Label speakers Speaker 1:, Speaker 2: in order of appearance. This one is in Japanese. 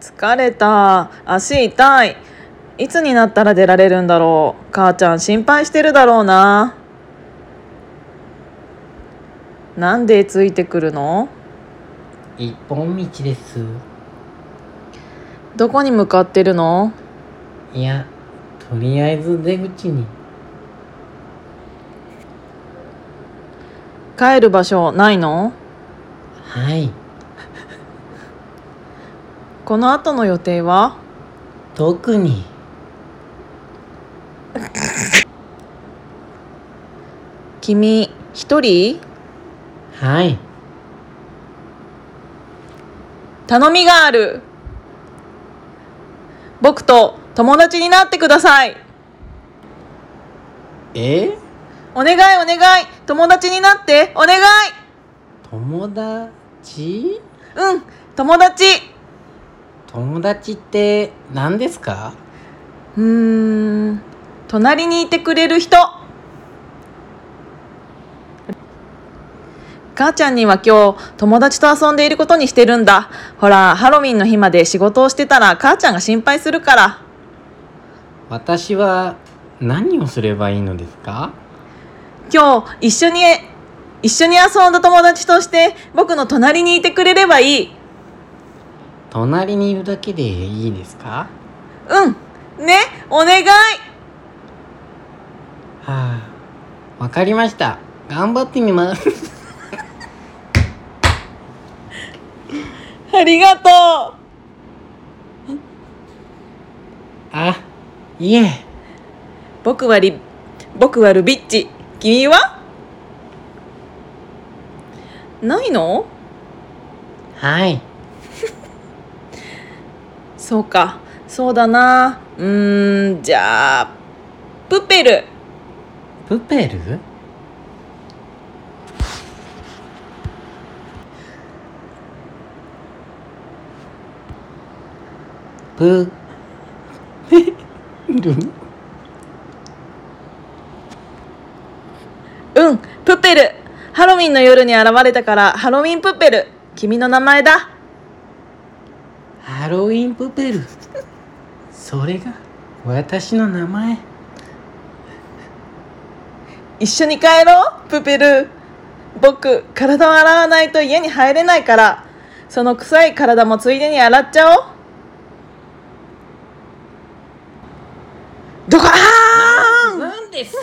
Speaker 1: 疲れた足痛いいつになったら出られるんだろう母ちゃん心配してるだろうななんでついてくるの
Speaker 2: 一本道です
Speaker 1: どこに向かってるの
Speaker 2: いやとりあえず出口に
Speaker 1: 帰る場所ないの
Speaker 2: はい
Speaker 1: この後の予定は
Speaker 2: 特に
Speaker 1: 君一人
Speaker 2: はい
Speaker 1: 頼みがある僕と友達になってください
Speaker 2: え
Speaker 1: お願いお願い友達になってお願い
Speaker 2: 友達
Speaker 1: うん友達
Speaker 2: 友達って何ですか
Speaker 1: うーん隣にいてくれる人母ちゃんには今日友達と遊んでいることにしてるんだほらハロウィンの日まで仕事をしてたら母ちゃんが心配するから
Speaker 2: 私は何をすればいいのですか
Speaker 1: 今日一緒に一緒に遊んだ友達として僕の隣にいてくれればいい
Speaker 2: 隣にいるだけでいいですか
Speaker 1: うんねお願い
Speaker 2: はあ、わかりました。頑張ってみます。
Speaker 1: ありがと
Speaker 2: あ、いえ、
Speaker 1: う僕はリ僕はルビッチ君はないの
Speaker 2: はい、
Speaker 1: そうかそうだなうーんじゃあプペル
Speaker 2: プペルプペル
Speaker 1: うんプペルハロウィンの夜に現れたからハロウィンプペル君の名前だ
Speaker 2: ハロウィンプペルそれが私の名前
Speaker 1: 一緒に帰ろうプペル僕体を洗わないと家に入れないからその臭い体もついでに洗っちゃおうドカーン
Speaker 2: なんです